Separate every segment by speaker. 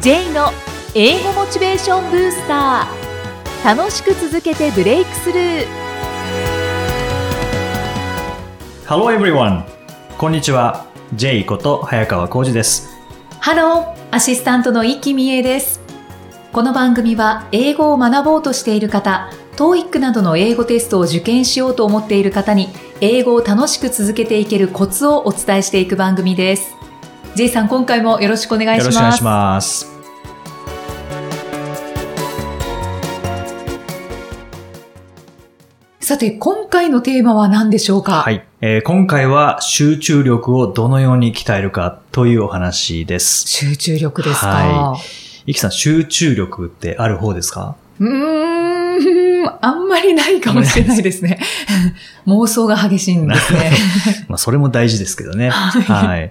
Speaker 1: J の英語モチベーションブースター楽しく続けてブレイクスルー
Speaker 2: Hello everyone! こんにちは。J こと早川浩二です。
Speaker 1: ハローアシスタントの生見恵ですこの番組は英語を学ぼうとしている方 TOEIC などの英語テストを受験しようと思っている方に英語を楽しく続けていけるコツをお伝えしていく番組です J さん今回もよろしくお願い
Speaker 2: よ
Speaker 1: します
Speaker 2: ろしくお願いします。
Speaker 1: さて今回のテーマは何でしょうか
Speaker 2: はい、えー今回は集中力をどのように鍛えるかというお話です。
Speaker 1: 集中力ですか、
Speaker 2: はイキさん、集中力ってある方ですか
Speaker 1: うーん、あんまりないかもしれないですね。妄想が激しいんですね。
Speaker 2: まあ、それも大事ですけどね。
Speaker 1: はい
Speaker 2: はい。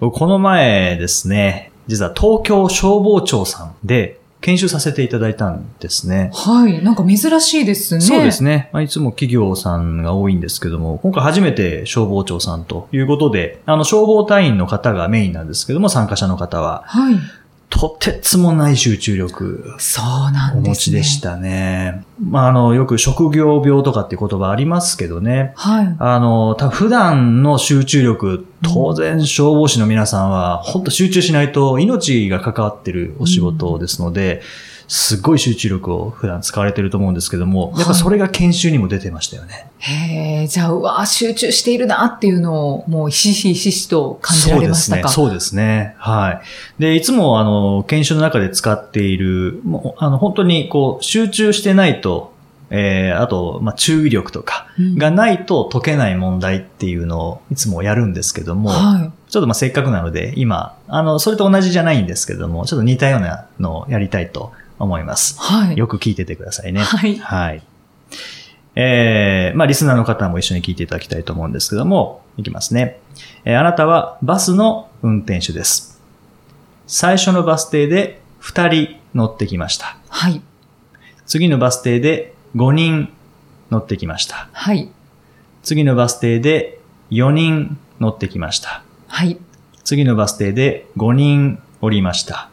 Speaker 2: 僕、この前ですね、実は東京消防庁さんで研修させていただいたんですね。
Speaker 1: はい、なんか珍しいですね。
Speaker 2: そうです
Speaker 1: ね。
Speaker 2: ね。まあ、いつも企業さんが多いんですけども、今回初めて消防庁さんということで、あの、消防隊員の方がメインなんですけども、参加者の方は、
Speaker 1: はい。
Speaker 2: とてつもない集中力
Speaker 1: そうな
Speaker 2: お
Speaker 1: んです、ね。
Speaker 2: 持ちでしたね。まあ、あの、よく職業病とかっていう言葉ありますけどね。
Speaker 1: はい。
Speaker 2: あの、た普段の集中力、当然消防士の皆さんは、本当集中しないと命が関わってるお仕事ですので、すごい集中力を普段使われてると思うんですけども、やっぱそれが研修にも出てましたよね。
Speaker 1: へえ、じゃあ、うわー集中しているなっていうのを、もう、ひしひしひしと感じられましたか。
Speaker 2: そうですね。そうですね。はい。で、いつも、あの、研修の中で使っている、もう、あの、本当に、こう、集中してないと、えー、あと、まあ、注意力とか、
Speaker 1: うん
Speaker 2: がないと解けない問題っていうのを、いつもやるんですけども、
Speaker 1: は
Speaker 2: ちょっとまあせっかくなので、今、あの、それと同じじゃないんですけども、ちょっと似たようなのをやりたいと思いま
Speaker 1: い。
Speaker 2: す。
Speaker 1: はい。
Speaker 2: よく聞いててくださいね。
Speaker 1: はい。
Speaker 2: はい。えー、まあリスナーの方も一緒に聞いていただきたいと思うんですけども、いきますね。えーあなたはバスの運転手です。最初のバス停で2人乗ってきました。
Speaker 1: はい。
Speaker 2: 次のバス停で5人乗ってきました。
Speaker 1: はい。
Speaker 2: 次のバス停で4人乗ってきました。
Speaker 1: はい。
Speaker 2: 次のバス停で5人降りました。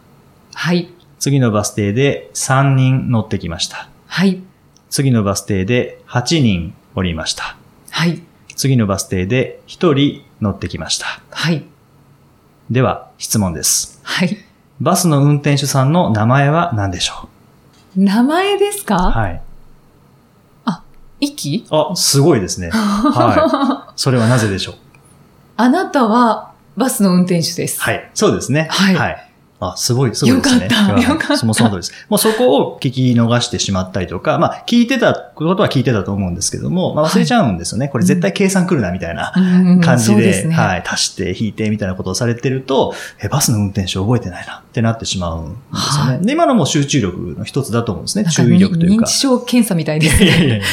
Speaker 1: はい。
Speaker 2: 次のバス停で3人乗ってきました。
Speaker 1: はい。
Speaker 2: 次のバス停で8人降りました。
Speaker 1: はい。
Speaker 2: 次のバス停で1人乗ってきました。
Speaker 1: はい。
Speaker 2: では、質問です。
Speaker 1: はい。
Speaker 2: バスの運転手さんの名前は何でしょ
Speaker 1: 名前ですか、
Speaker 2: うはい。
Speaker 1: 息
Speaker 2: あ、すごいですね。はそれはなぜでしょう
Speaker 1: あなたはバスの運転手です。
Speaker 2: はい。そうですね。
Speaker 1: はい
Speaker 2: あ、すごい、すごいですね。
Speaker 1: よかった
Speaker 2: うん
Speaker 1: よかった
Speaker 2: そもそも通りです。もうそこを聞き逃してしまったりとか、まあ、聞いてたことは聞いてたと思うんですけども、まあ、忘れちゃうんですよね。これ絶対計算来るな、みたいな
Speaker 1: うん
Speaker 2: 感じ
Speaker 1: そう
Speaker 2: で、
Speaker 1: ですね。
Speaker 2: はい、足して、引いて、みたいなことをされてると、え、バスの運転手覚えてないな、ってなってしまうんですよね。
Speaker 1: は
Speaker 2: で、今のも集中力の一つだと思うんですね。
Speaker 1: なんか
Speaker 2: 注意力という
Speaker 1: 認
Speaker 2: か
Speaker 1: 知。症検査みたいです
Speaker 2: いや
Speaker 1: ね。
Speaker 2: いやいや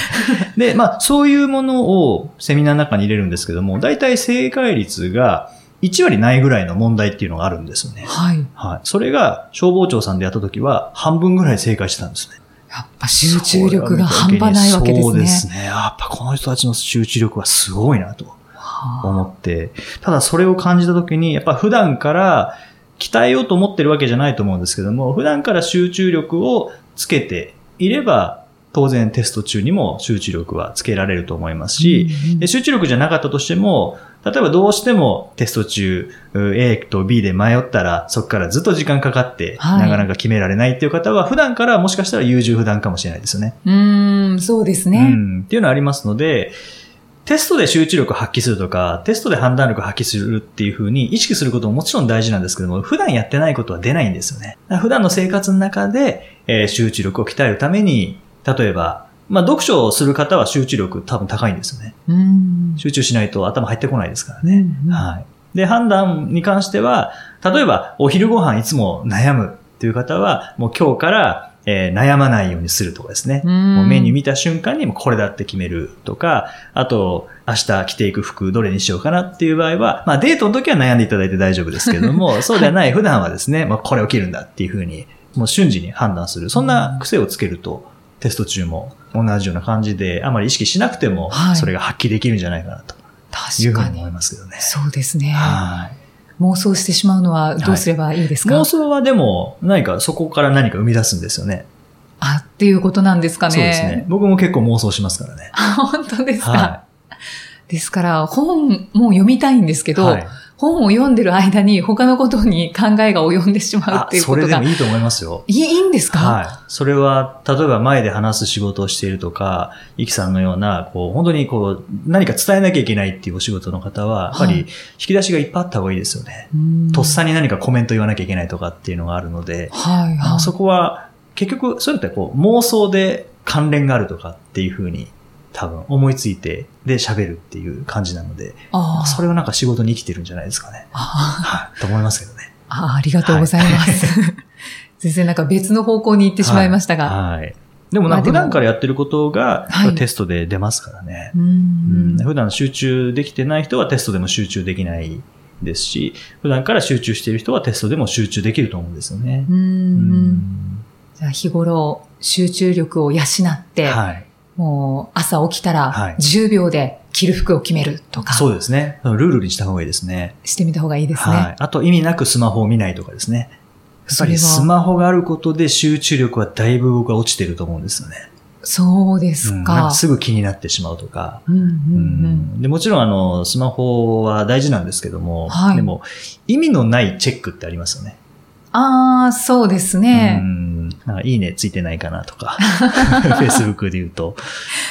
Speaker 2: で、まあ、そういうものをセミナーの中に入れるんですけども、大体正解率が1割ないぐらいの問題っていうのがあるんですよね。
Speaker 1: はい。
Speaker 2: はい。それが消防庁さんでやった時は半分ぐらい正解してたんですね。
Speaker 1: やっぱ集中力が半端ないわけです
Speaker 2: そう
Speaker 1: ね
Speaker 2: で。すね。やっぱこの人たちの集中力はすごいなと
Speaker 1: は
Speaker 2: 思って、ただそれを感じた時に、やっぱ普段から鍛えようと思ってるわけじゃないと思うんですけども、普段から集中力をつけていれば、当然テスト中にも集中力はつけられると思います
Speaker 1: あ
Speaker 2: し、
Speaker 1: うん
Speaker 2: で集中力じゃなかったとしても、例えばどうしてもテスト中、う A と B で迷ったら、そこからずっと時間かかって、
Speaker 1: はい
Speaker 2: なかなか決められないっていう方は、普段からもしかしたら優柔不断かもしれないですよね。
Speaker 1: うん、うんそうです
Speaker 2: う
Speaker 1: ね。
Speaker 2: ん。っていうのはありますので、テストで集中力を発揮するとか、テストで判断力を発揮するっていう風に意識することももちろん大事なんですけども、普段やってないことは出ないんですよね。だから普段の生活の中で、えー集中力を鍛えるために、例えば、まあ、読書をする方は集中力多分高いんですよね。
Speaker 1: うん
Speaker 2: 集中しないと頭入ってこないですからね。
Speaker 1: うん
Speaker 2: はい。で、判断に関しては、例えばお昼ご飯いつも悩むっていう方は、もう今日から、えー悩まないようにするとかですね。
Speaker 1: うん
Speaker 2: もうメニュー見た瞬間にもうこれだって決めるとか、あと明日着ていく服どれにしようかなっていう場合は、まあデートの時は悩んでいただいて大丈夫ですけ ども、そうではない普段はですね、まあこれを着るんだっていうふうに、もう瞬時に判断する。そんな癖をつけると、テスト中も同じような感じで、あまり意識しなくても
Speaker 1: はい、
Speaker 2: それが発揮できるんじゃないかなとい
Speaker 1: 確
Speaker 2: うふう
Speaker 1: か
Speaker 2: に
Speaker 1: に
Speaker 2: 思い。ますけどね。
Speaker 1: そうですね。
Speaker 2: はい。
Speaker 1: 妄想してしまうのはどうすればいいですか、
Speaker 2: 妄想はでも、何かそこから何か生み出すんですよね。
Speaker 1: あ、っていうことなんですかね。
Speaker 2: そうですね。僕も結構妄想しますからね。
Speaker 1: あ 本当ですか。
Speaker 2: は
Speaker 1: ですから、本も読みたいんですけ
Speaker 2: い。
Speaker 1: ど、
Speaker 2: はい、
Speaker 1: 本を読んでる間に他のことに考えが及んでしまう
Speaker 2: あ
Speaker 1: っていう
Speaker 2: そ
Speaker 1: こ
Speaker 2: れ
Speaker 1: と
Speaker 2: で
Speaker 1: が
Speaker 2: もいいと思いますよ。
Speaker 1: いいいんですか、
Speaker 2: はい。それは、例えば前で話す仕事をしているとか、イキさんのような、こう、本当にこう、何か伝えなきゃいけないっていうお仕事の方は、やっぱ
Speaker 1: はい
Speaker 2: り、引き出しがいっぱいあった方がいいですよね。
Speaker 1: うん
Speaker 2: とっさに何かコメント言わなきゃいけないとかっていうのがあるので、
Speaker 1: はいはい。
Speaker 2: そこは、結局、そういうのってこう、妄想で関連があるとかっていうふうに、多分思いついて、で喋るっていう感じなので、
Speaker 1: ああ
Speaker 2: それはなんか仕事に生きてるんじゃないですかね。
Speaker 1: あ
Speaker 2: はい。と思いますけどね。
Speaker 1: あありがとうございます。 全然なんか別の方向に行ってしまいましたが。
Speaker 2: はい。でもな
Speaker 1: まあでも
Speaker 2: 普段からやってることが
Speaker 1: はい
Speaker 2: テストで出ますからね。
Speaker 1: うー
Speaker 2: うん
Speaker 1: ん
Speaker 2: 普段集中できてない人はテストでも集中できないですし、普段から集中している人はテストでも集中できると思うんですよね
Speaker 1: う。ー
Speaker 2: うんん
Speaker 1: じゃあ日頃集中力を養って、
Speaker 2: はい。
Speaker 1: もう朝起きた
Speaker 2: は
Speaker 1: ら
Speaker 2: い
Speaker 1: 10秒で着る服を決めるとか
Speaker 2: そうですね。ルールにした方がいいですね。
Speaker 1: してみた方がいいですね。
Speaker 2: はい。あと意味なくスマホを見ないとかですね。やっ
Speaker 1: そ
Speaker 2: ぱ
Speaker 1: れは
Speaker 2: りスマホがあることで集中力はだいぶ僕は落ちてると思うんですよね。
Speaker 1: そうで
Speaker 2: うん
Speaker 1: す
Speaker 2: なん
Speaker 1: か
Speaker 2: か。すぐ気になってしまうとか。
Speaker 1: うんうん
Speaker 2: う
Speaker 1: うん
Speaker 2: んでもちろんあのスマホは大事なんですけども、
Speaker 1: はい
Speaker 2: でも意味のないチェックってありますよね。
Speaker 1: ああ、そうです
Speaker 2: う
Speaker 1: ね。
Speaker 2: んなんかいいねついてないかな とか、Facebook で言うと。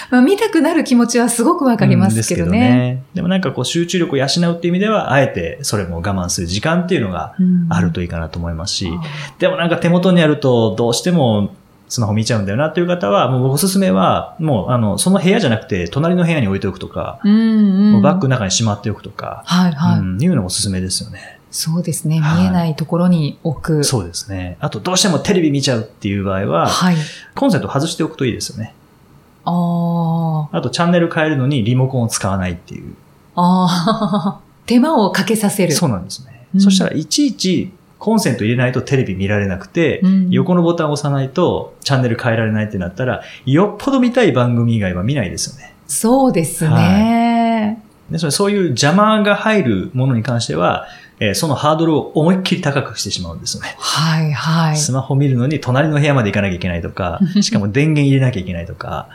Speaker 1: まあ、見たくなる気持ちはすごくわかりま
Speaker 2: うんですす
Speaker 1: け
Speaker 2: け
Speaker 1: ど
Speaker 2: ど
Speaker 1: ね。
Speaker 2: ね。でもなんかこう集中力を養うっていう意味では、あえてそれも我慢する時間っていうのが
Speaker 1: うん
Speaker 2: あるといいかなと思いますし、
Speaker 1: あ
Speaker 2: でもなんか手元にあるとどうしてもスマホ見ちゃうんだよなっていう方は、もうおすすめは、もうあの、その部屋じゃなくて隣の部屋に置いておくとか、
Speaker 1: ーうんう。
Speaker 2: もうんバッグの中にしまっておくとか、
Speaker 1: はいはい。
Speaker 2: うん、いうのもおすすめですよね。
Speaker 1: そうですね。
Speaker 2: はい
Speaker 1: 見えないところに置く。
Speaker 2: そうですね。あと、どうしてもテレビ見ちゃうっていう場合は、
Speaker 1: はい。
Speaker 2: コンセント外しておくといいですよね。
Speaker 1: あ
Speaker 2: あと、チャンネル変えるのにリモコンを使わないっていう。
Speaker 1: あ。ああ。 手間をかけさせる。
Speaker 2: そうなんですね。
Speaker 1: うん
Speaker 2: そしたら、いちいちコンセント入れないとテレビ見られなくて、
Speaker 1: うん
Speaker 2: 横のボタンを押さないとチャンネル変えられないってなったら、よっぽど見たい番組以外は見ないですよね。
Speaker 1: そうですね。
Speaker 2: でそれそういう邪魔が入るものに関しては、えーそのハードルを思いっきり高くしてしまうんですよね。
Speaker 1: はいはい。
Speaker 2: スマホ見るのに隣の部屋まで行かなきゃいけない とか、しかも電源入れなきゃいけないとか、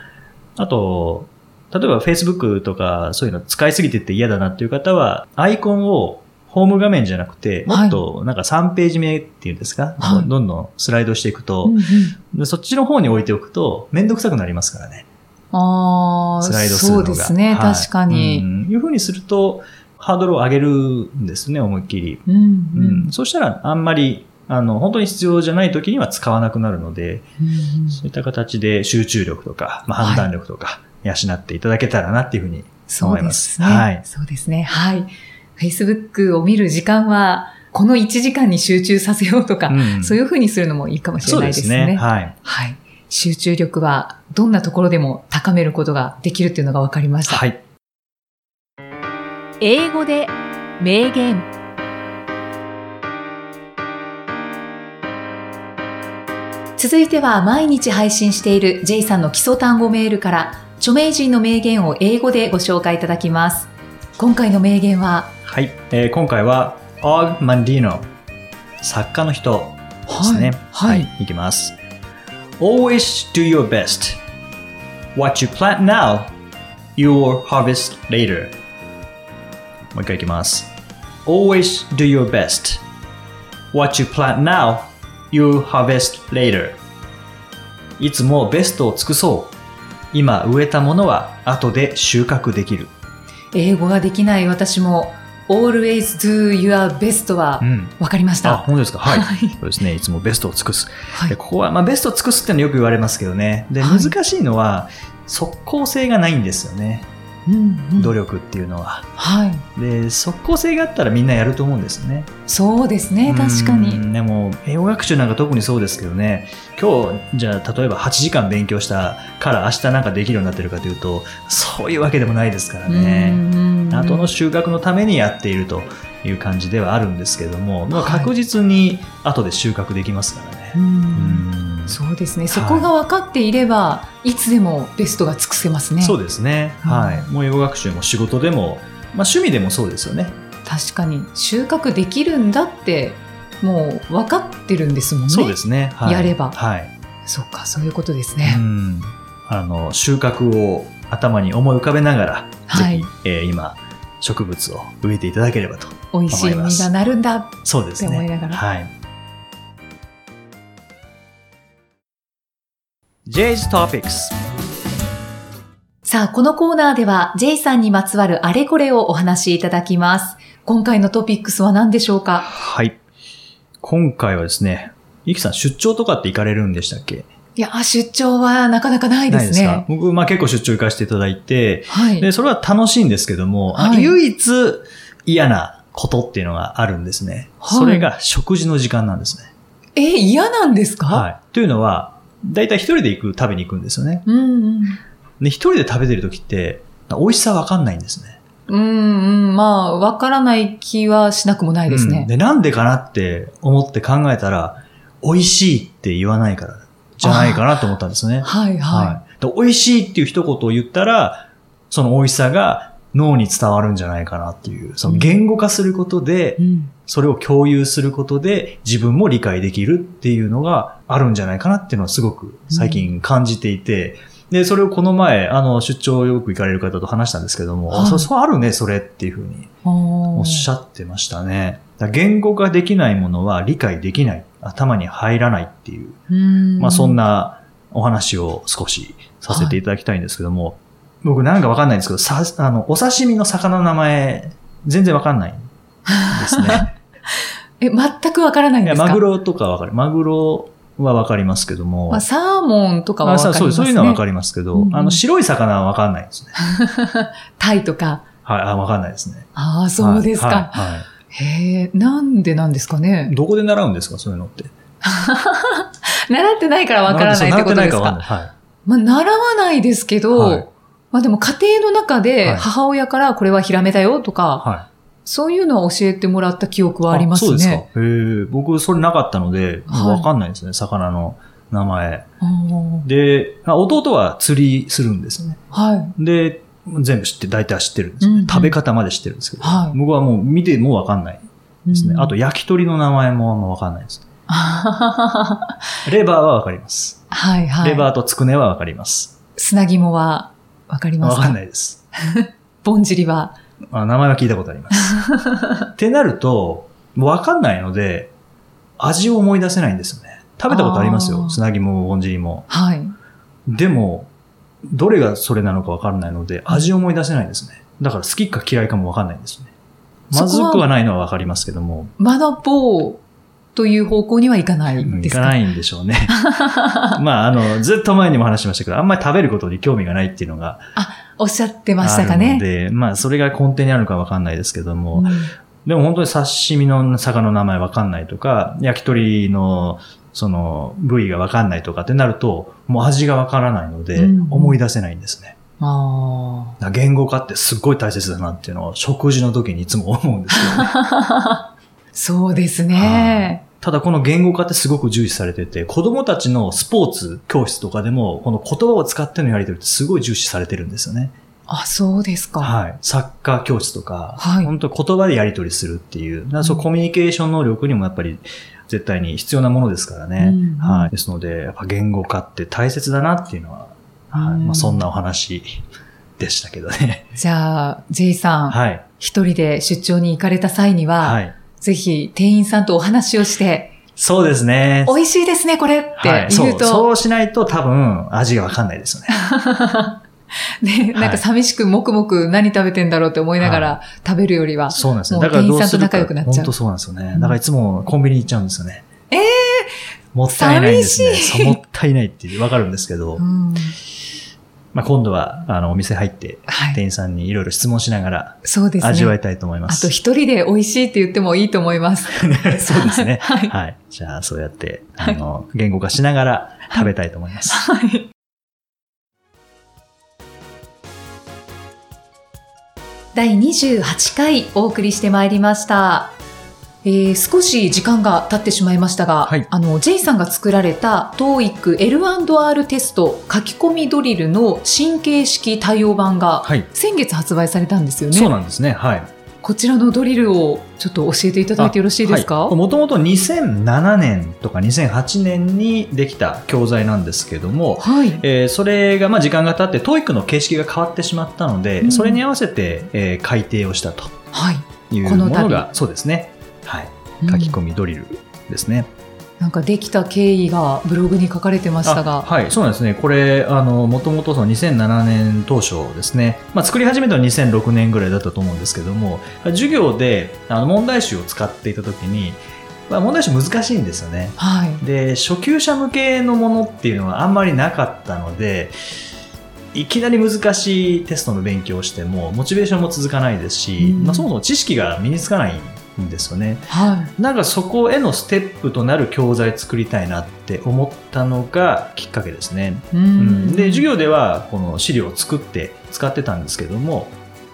Speaker 2: あと、例えば Facebook とかそういうの使いすぎてて嫌だなっていう方は、アイコンをホーム画面じゃなくて、もっとなんか3ページ目っていうんですか、
Speaker 1: はい
Speaker 2: どんどんスライドしていくと
Speaker 1: うん、うん
Speaker 2: でそっちの方に置いておくとめんどくさくなりますからね。
Speaker 1: ああ。
Speaker 2: スライドするのが。
Speaker 1: そうですね。
Speaker 2: はい
Speaker 1: 確か
Speaker 2: う
Speaker 1: に。
Speaker 2: んいうふうにすると、ハードルを上げるんですね、思いっきり。
Speaker 1: うん
Speaker 2: う
Speaker 1: うん
Speaker 2: んそうしたら、あんまり、あの、本当に必要じゃない時には使わなくなるので、
Speaker 1: うんうん
Speaker 2: そういった形で集中力とか、まあ、
Speaker 1: はい
Speaker 2: 判断力とか、養っていただけたらなっていうふうに。
Speaker 1: そうですね。
Speaker 2: 思いますはい
Speaker 1: そうですね。はい。Facebook を見る時間は、この1時間に集中させようとか、
Speaker 2: うん
Speaker 1: そういうふうにするのもいいかもしれ
Speaker 2: そう
Speaker 1: ない
Speaker 2: で
Speaker 1: です
Speaker 2: す
Speaker 1: ね。
Speaker 2: ね。はい。
Speaker 1: はい。集中力はどんなところでも高めることができるっていうのが分かりました。
Speaker 2: はい。
Speaker 1: 英語で名言続いては毎日配信している J さんの基礎単語メールから著名人の名言を英語でご紹介いただきます。今回の名言は、
Speaker 2: はい。えー今回は、オーグ・マンディーノ、作家の人ですね。
Speaker 1: はい
Speaker 2: いきます。Always do your best. What you plant now, you will harvest later. もう一回いきます。Always do your best. What you plant now, you will harvest later. いつもベストを尽くそう。今植えたものは後で収穫できる。
Speaker 1: 英語ができない私も Always do your best は
Speaker 2: ん。
Speaker 1: 分かりまし
Speaker 2: あ、
Speaker 1: た。
Speaker 2: 本当です か。はい。
Speaker 1: はい
Speaker 2: そうですね。いつもベストを尽くす。
Speaker 1: はい
Speaker 2: でここは、まあ、ベストを尽くすっていうのはよく言われますけどね。で、
Speaker 1: はい
Speaker 2: 難しいのは、即効性がないんですよね。
Speaker 1: うんうん
Speaker 2: 努力っていうのは。
Speaker 1: はい。
Speaker 2: で、即効性があったらみんなやると思うんですよね。
Speaker 1: そうですね、確か
Speaker 2: う
Speaker 1: に。
Speaker 2: んでも、英語学習なんか特にそうですけどね。今日、じゃあ、例えば8時間勉強したから明日なんかできるようになってるかというと、そういうわけでもないですからね。後の収穫のためにやっているという感じではあるんですけども、まあ
Speaker 1: はい
Speaker 2: 確実に後で収穫できますからね。
Speaker 1: うん
Speaker 2: うん
Speaker 1: そうですね。そこが分かっていれば、い、つでもベストが尽くせますね。
Speaker 2: そうですね、
Speaker 1: うん
Speaker 2: はいもう英語学習も仕事でも、まあ、趣味でもそうですよね
Speaker 1: 確かに収穫できるんだってもう分かってるんですもんね。
Speaker 2: そうですね。はい、
Speaker 1: やれば
Speaker 2: はい。
Speaker 1: そっかそういうことです
Speaker 2: う
Speaker 1: ね。
Speaker 2: ん。あの、収穫を頭に思い浮かべながら、
Speaker 1: はい
Speaker 2: ぜひ、えー今、植物を植えていただければと。
Speaker 1: 美味しい実がなるんだ。
Speaker 2: そうです
Speaker 1: って思い
Speaker 2: ね。
Speaker 1: ながら
Speaker 2: はい。J's Topics
Speaker 1: さあこのコーナーでは J さんにまつわるあれこれをお話しいただきます。今回のトピックスは何でしょうか。
Speaker 2: はい。今回はですね、ゆきさん出張とかって行かれるんでしたっけ
Speaker 1: いや出張はなかなかないですね。
Speaker 2: か僕、まあ結構出張行かせていただいて、
Speaker 1: はい。
Speaker 2: で、それは楽しいんですけども、あ
Speaker 1: はい
Speaker 2: 唯一嫌なことっていうのがあるんですね。
Speaker 1: はい
Speaker 2: それが食事の時間なんですね。
Speaker 1: え嫌なんですか。
Speaker 2: はい。というのは、だいたい一人で行く、食べに行くんですよね。
Speaker 1: うん
Speaker 2: で、一人で食べてる時って、美味しさわかんないんですね。
Speaker 1: うんうんうんまあわからない気はしなくもないです
Speaker 2: うん
Speaker 1: ね。
Speaker 2: で、なんでかなって思って考えたら、美味しいって言わないから、じゃないかなと思ったんですね。
Speaker 1: はいは
Speaker 2: はい。で美味しいっていう一言を言ったら、その美味しさが脳に伝わるんじゃないかなっていう、その言語化することで、
Speaker 1: い。うん
Speaker 2: それを共有することで自分も理解できるっていうのがあるんじゃないかなっていうのはすごく最近感じていて、で、それをこの前、あの、出張よく行かれる方と話したんですけども、
Speaker 1: はい
Speaker 2: あそう、そうあるね、それっていうふうにお
Speaker 1: お
Speaker 2: っしゃってましたね。だから言語化できないものは理解できない、頭に入らないっていう
Speaker 1: うん
Speaker 2: まあ、そんなお話を少しさせていただきたいんですけども、僕なんかわかんないんですけど、さあのお刺身の魚の名前、全然わかんないんで すね。
Speaker 1: え、全くわからないん
Speaker 2: い
Speaker 1: で
Speaker 2: や
Speaker 1: すか
Speaker 2: マグロとかわかる。マグロはわかりますけども。
Speaker 1: まあ、サーモンとかはわ
Speaker 2: あ
Speaker 1: かり
Speaker 2: そう
Speaker 1: ます
Speaker 2: そ
Speaker 1: ね。
Speaker 2: うそういうのはわかりますけど、
Speaker 1: うんうん
Speaker 2: あの白い魚はわかんないですね。
Speaker 1: タイとか。
Speaker 2: はい、あわかんないですね。
Speaker 1: ああ、そうです
Speaker 2: はい
Speaker 1: か。
Speaker 2: はいは
Speaker 1: へえ、なんでなんですかね
Speaker 2: い。。どこで習うんですかそういうのって。
Speaker 1: 習ってないからわからないってことですか。
Speaker 2: なんでそう習ってないかわかんない。はい
Speaker 1: まあ、習わないですけど、
Speaker 2: はい
Speaker 1: まあでも家庭の中
Speaker 2: は
Speaker 1: で
Speaker 2: い
Speaker 1: 母親からこれはヒラメだよとか、
Speaker 2: はい。
Speaker 1: そういうのは教えてもらった記憶はありますね。
Speaker 2: そうですか。へえ僕、それなかったので、
Speaker 1: はい
Speaker 2: わかんないですね、魚の名前。
Speaker 1: あー
Speaker 2: で、あ弟は釣りするんですね。
Speaker 1: はい。
Speaker 2: で、全部知って、大体知ってるんですね、
Speaker 1: うんうん
Speaker 2: 食べ方まで知ってるんですけど、
Speaker 1: はい
Speaker 2: 僕はもう見てもわかんないですね。
Speaker 1: うん
Speaker 2: あと、、焼き鳥の名前もあんまわかんないです。
Speaker 1: は
Speaker 2: レバーはわかります。
Speaker 1: い はい。
Speaker 2: レバーとつくねはわかります。
Speaker 1: 砂肝はわかりま
Speaker 2: わ
Speaker 1: す
Speaker 2: かん
Speaker 1: か
Speaker 2: ないです。
Speaker 1: ぼんじりは。
Speaker 2: あ名前は聞いたことあり ます。ってなると、もうわかんないので、味を思い出せないんですよね。食べたことあります
Speaker 1: あー
Speaker 2: よ。砂肝もぼんじりも。
Speaker 1: はい。
Speaker 2: でも、どれがそれなのかわかんないので、味を思い出せないんですね。だから好きか嫌いかもわかんないんですね。
Speaker 1: そこ
Speaker 2: ま
Speaker 1: は
Speaker 2: ずくはないのはわかりますけども、
Speaker 1: 学ぼうという方向にはいかないん
Speaker 2: い
Speaker 1: です
Speaker 2: か
Speaker 1: か
Speaker 2: ないんでしょ うね。まあ、あの、ずっと前にも話しましたけど、あんまり食べることに興味がないっていうのが
Speaker 1: おっしゃってまし
Speaker 2: あ
Speaker 1: たか
Speaker 2: るの
Speaker 1: ね。
Speaker 2: で、まあ、それが根底にあるのかわかんないですけども、
Speaker 1: うん
Speaker 2: でも本当に刺身の魚の名前わかんないとか、焼き鳥のその部位がわかんないとかってなると、もう味がわからないので
Speaker 1: うん、
Speaker 2: 思い出せないんですね。
Speaker 1: あ
Speaker 2: だから言語化ってすっごい大切だなっていうのを食事の時にいつも思うんですけ ど、ね、
Speaker 1: あ。そうですね。
Speaker 2: ただこの言語化ってすごく重視されてて、子供たちのスポーツ教室とかでも、この言葉を使ってのやりとりってすごい重視されてるんですよね。
Speaker 1: あ、そうですか。
Speaker 2: はい。サッカー教室とか、
Speaker 1: はい
Speaker 2: 本当言葉でやりとりするっていう、だからそう
Speaker 1: うん
Speaker 2: コミュニケーション能力にもやっぱり絶対に必要なものですからね。
Speaker 1: うん
Speaker 2: はい。ですので、やっぱ言語化って大切だなっていうのは、はい
Speaker 1: うん
Speaker 2: まあ、そんなお話でしたけどね。
Speaker 1: じゃ あ、J さん、
Speaker 2: はい。
Speaker 1: 一人で出張に行かれた際には、
Speaker 2: はい。
Speaker 1: ぜひ店員さんとお話をして、
Speaker 2: そうですね。
Speaker 1: 美味しいですね、これって
Speaker 2: はい
Speaker 1: 言う
Speaker 2: そう
Speaker 1: と、
Speaker 2: そうしないと多分味がわかんないですよね。
Speaker 1: ね、なん
Speaker 2: は
Speaker 1: か
Speaker 2: い
Speaker 1: 寂しくもくもく何食べてんだろうって思いながら食べるよりは、
Speaker 2: そうなんです
Speaker 1: も
Speaker 2: ね。
Speaker 1: う
Speaker 2: だからどう
Speaker 1: 店員さ
Speaker 2: す
Speaker 1: んと仲
Speaker 2: るか。
Speaker 1: 良くなっちゃう
Speaker 2: 本当そうなんですよね。だ
Speaker 1: う
Speaker 2: か
Speaker 1: ん
Speaker 2: らいつもコンビニ行っちゃうんですよね。
Speaker 1: えー
Speaker 2: もったいないですね。
Speaker 1: 寂しい
Speaker 2: そうもったいないっていうわかるんですけど、
Speaker 1: うん
Speaker 2: まあ今度はあのお店入って
Speaker 1: はい、
Speaker 2: 店員さんにいろいろ質問しながら
Speaker 1: そうですね。
Speaker 2: 味わいたいと思いま
Speaker 1: あ
Speaker 2: す。
Speaker 1: と一人で美味しいって言ってもいいと思います。
Speaker 2: そうです ね。
Speaker 1: はい。
Speaker 2: はい。じゃあそうやってあの言語化しながら食べたいと思います。
Speaker 1: はい。第28回お送りしてまいりました。えー少し時間が経ってしまいましたが、
Speaker 2: はい
Speaker 1: あの J さんが作られた TOEIC L&R テスト書き込みドリルの神経式対応版が
Speaker 2: はい。
Speaker 1: 先月発売されたんですよね。
Speaker 2: そうなんですね。はい。
Speaker 1: こちらのドリルをちょっと教えていただいてよろしいですか、
Speaker 2: もともと2007年とか2008年にできた教材なんですけども、
Speaker 1: はい。
Speaker 2: えーそれがまあ時間が経って、トイックの形式が変わってしまったので、
Speaker 1: うん
Speaker 2: それに合わせて、えー改訂をしたと
Speaker 1: はい。
Speaker 2: いう
Speaker 1: こ
Speaker 2: も
Speaker 1: の
Speaker 2: の
Speaker 1: 度
Speaker 2: が、そうですね。はい。
Speaker 1: うん
Speaker 2: 書き込みドリルですね。
Speaker 1: なんかできた経緯がブログに書かれてました
Speaker 2: あ
Speaker 1: が。
Speaker 2: はい、そうなんですね。これ、あの、もともとその2007年当初ですね。まあ、作り始めたのは2006年ぐらいだったと思うんですけども、授業で、あの、問題集を使っていたときに、まあ、問題集難しいんですよね。
Speaker 1: はい。
Speaker 2: で、初級者向けのものっていうのはあんまりなかったので、いきなり難しいテストの勉強をしても、モチベーションも続かないですし、
Speaker 1: うん
Speaker 2: まあ、そもそも知識が身につかないんですよね。
Speaker 1: はい。
Speaker 2: なんかそこへのステップとなる教材作りたいなって思ったのがきっかけですね。
Speaker 1: う
Speaker 2: うん、
Speaker 1: ん
Speaker 2: で、授業ではこの資料を作って使ってたんですけども、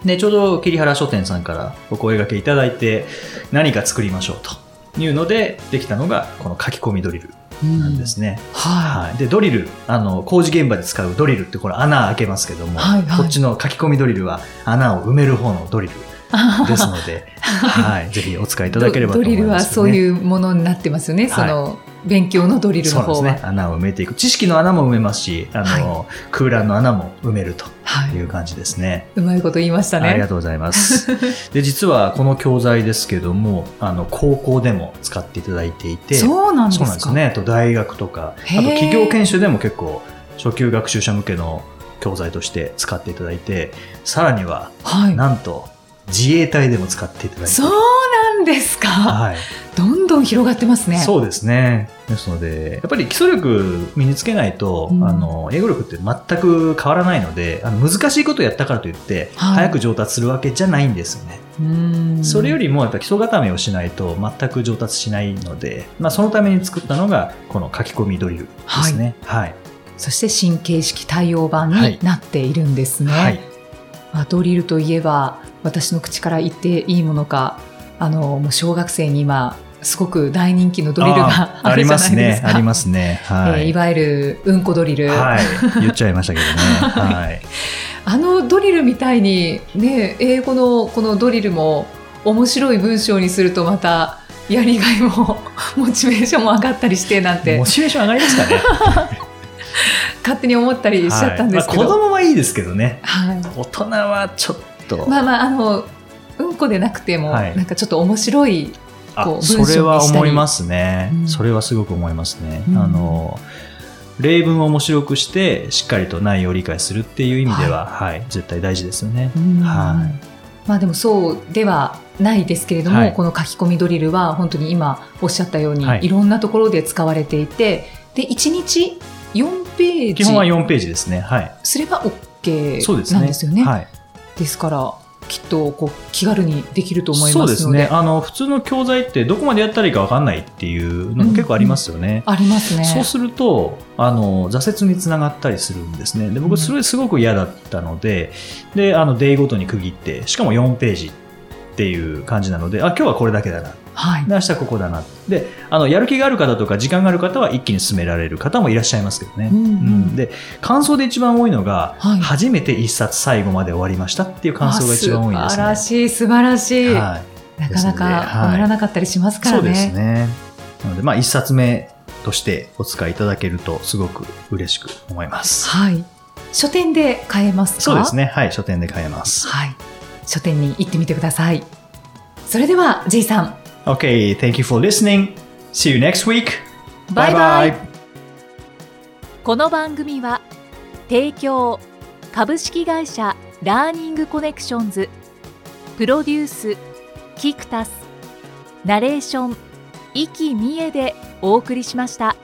Speaker 2: で、ちょうど桐原書店さんからお声掛けいただいて、何か作りましょうというので、できたのがこの書き込みドリルなんですね。
Speaker 1: は
Speaker 2: はい。で、ドリル、あの、工事現場で使うドリルってこれ穴開けますけども、
Speaker 1: はいはい
Speaker 2: こっちの書き込みドリルは穴を埋める方のドリル
Speaker 1: い。
Speaker 2: ですの で、はい。ぜひお使いいただければと
Speaker 1: ド
Speaker 2: 思い
Speaker 1: ドリル
Speaker 2: ま
Speaker 1: は
Speaker 2: す、
Speaker 1: そういうものになってますよね。
Speaker 2: はい
Speaker 1: その勉強のドリル
Speaker 2: そ
Speaker 1: の
Speaker 2: うなんで
Speaker 1: 方
Speaker 2: す
Speaker 1: は。
Speaker 2: ね。穴を埋めていく。知識の穴も埋めますし、あの、空欄の穴も埋めると
Speaker 1: はいい。
Speaker 2: う感じですね。
Speaker 1: うまいこと言いました
Speaker 2: ありが
Speaker 1: ね。
Speaker 2: とうございます。 で、実はこの教材ですけども、あの、高校でも使っていただいていて、
Speaker 1: そうなんです
Speaker 2: そう
Speaker 1: か。
Speaker 2: なんですね。あと大学とか、あと
Speaker 1: へー
Speaker 2: 企業研修でも結構、初級学習者向けの教材として使っていただいて、さらには、
Speaker 1: は
Speaker 2: なんと、自衛隊でも使っていただい
Speaker 1: い。
Speaker 2: て。
Speaker 1: そうなんですか。
Speaker 2: はい。
Speaker 1: どんどん広がってますね。
Speaker 2: そうですね。ですので、やっぱり基礎力身につけないと、
Speaker 1: うん
Speaker 2: あの、英語力って全く変わらないので、あの難しいことをやったからといって、
Speaker 1: はい
Speaker 2: 早く上達するわけじゃないんですよね。
Speaker 1: うーん。
Speaker 2: それよ
Speaker 1: り
Speaker 2: りも、やっぱ基礎固めをしないと全く上達しないので、まあ、そのために作ったのが、この書き込みドリルですね。はい。
Speaker 1: そして神経式対応版になっているんですね。
Speaker 2: はい。
Speaker 1: まあ、ドリルといえば私の口から言っていいものかあのもう小学生に今すごく大人気のドリルが
Speaker 2: あー
Speaker 1: あ
Speaker 2: あ
Speaker 1: る
Speaker 2: り
Speaker 1: じゃ
Speaker 2: ま
Speaker 1: な
Speaker 2: す
Speaker 1: いで
Speaker 2: ね
Speaker 1: す。か。
Speaker 2: ありますね。は
Speaker 1: えー
Speaker 2: い。
Speaker 1: いわゆるうんこドリル、
Speaker 2: はい。言っちゃいましたけどね。はい。
Speaker 1: あのドリルみたいに、ね、英語のこのドリルも面白い文章にするとまたやりがいも モチベーションも上がったりしてなんて
Speaker 2: モチベーション上がりますか ね。
Speaker 1: 勝手に思ったりしちゃったんですけど、
Speaker 2: はいまあ
Speaker 1: はい
Speaker 2: 子供はいいですけどね。大人はちょっと、
Speaker 1: まあまああのうんこでなくても、
Speaker 2: はい
Speaker 1: なんかちょっと面白いこ
Speaker 2: あ
Speaker 1: う
Speaker 2: そ
Speaker 1: 文章にしたり
Speaker 2: れは思いますね、
Speaker 1: うん
Speaker 2: それはすごく思いますね、
Speaker 1: うん
Speaker 2: あの例文を面白くしてしっかりと内容を理解するっていう意味では、はい絶対大事ですよね、
Speaker 1: うん
Speaker 2: は
Speaker 1: まあでもそうではないですけれども、
Speaker 2: はい
Speaker 1: この書き込みドリルは本当に今おっしゃったように、
Speaker 2: はい
Speaker 1: い、ろんなところで使われていてで1日4ペー
Speaker 2: 基本は
Speaker 1: ジ
Speaker 2: 4ページですねはい
Speaker 1: すれば OK
Speaker 2: そうですね
Speaker 1: なんですよね。
Speaker 2: はい、
Speaker 1: ですからきっとこう気軽にできると思い
Speaker 2: そ
Speaker 1: ま
Speaker 2: うですす
Speaker 1: ので
Speaker 2: ねあの普通の教材ってどこまでやったらいいか分かんないっていうのも結構ありますよね、
Speaker 1: ありますね。
Speaker 2: そうするとあの挫折につながったりするんですねで
Speaker 1: う
Speaker 2: 僕
Speaker 1: ん
Speaker 2: それすごく嫌だったのでであのデイごとに区切ってしかも4ページっていう感じなのであ今日はこれだけだな
Speaker 1: はい
Speaker 2: で明日ここだなであのやる気がある方とか時間がある方は一気に進められる方もいらっしゃいますけどね、
Speaker 1: うんうん
Speaker 2: で感想で一番多いのが、
Speaker 1: はい
Speaker 2: 初めて一冊最後まで終わりましたっていう感想が一番多い
Speaker 1: あ
Speaker 2: で
Speaker 1: 素
Speaker 2: す
Speaker 1: 晴
Speaker 2: ね
Speaker 1: らしい素晴らしい、
Speaker 2: はい
Speaker 1: なかなか
Speaker 2: ですのではい
Speaker 1: 終わらなかったりしますか
Speaker 2: そ
Speaker 1: ら
Speaker 2: うです
Speaker 1: ね。
Speaker 2: ねなのでまあ一冊目としてお使いいただけるとすごく嬉しく思います
Speaker 1: はい書店で買えますか
Speaker 2: そうですねはい書店で買えます
Speaker 1: はい。書店に行ってみてください。それでは、J さん、
Speaker 2: Okay thank you for listening see you next week
Speaker 1: バイバイこの番組は、提供、株式会社ラーニングコネクションズ、プロデュース、キクタス、ナレーション、生きみえでお送りしました。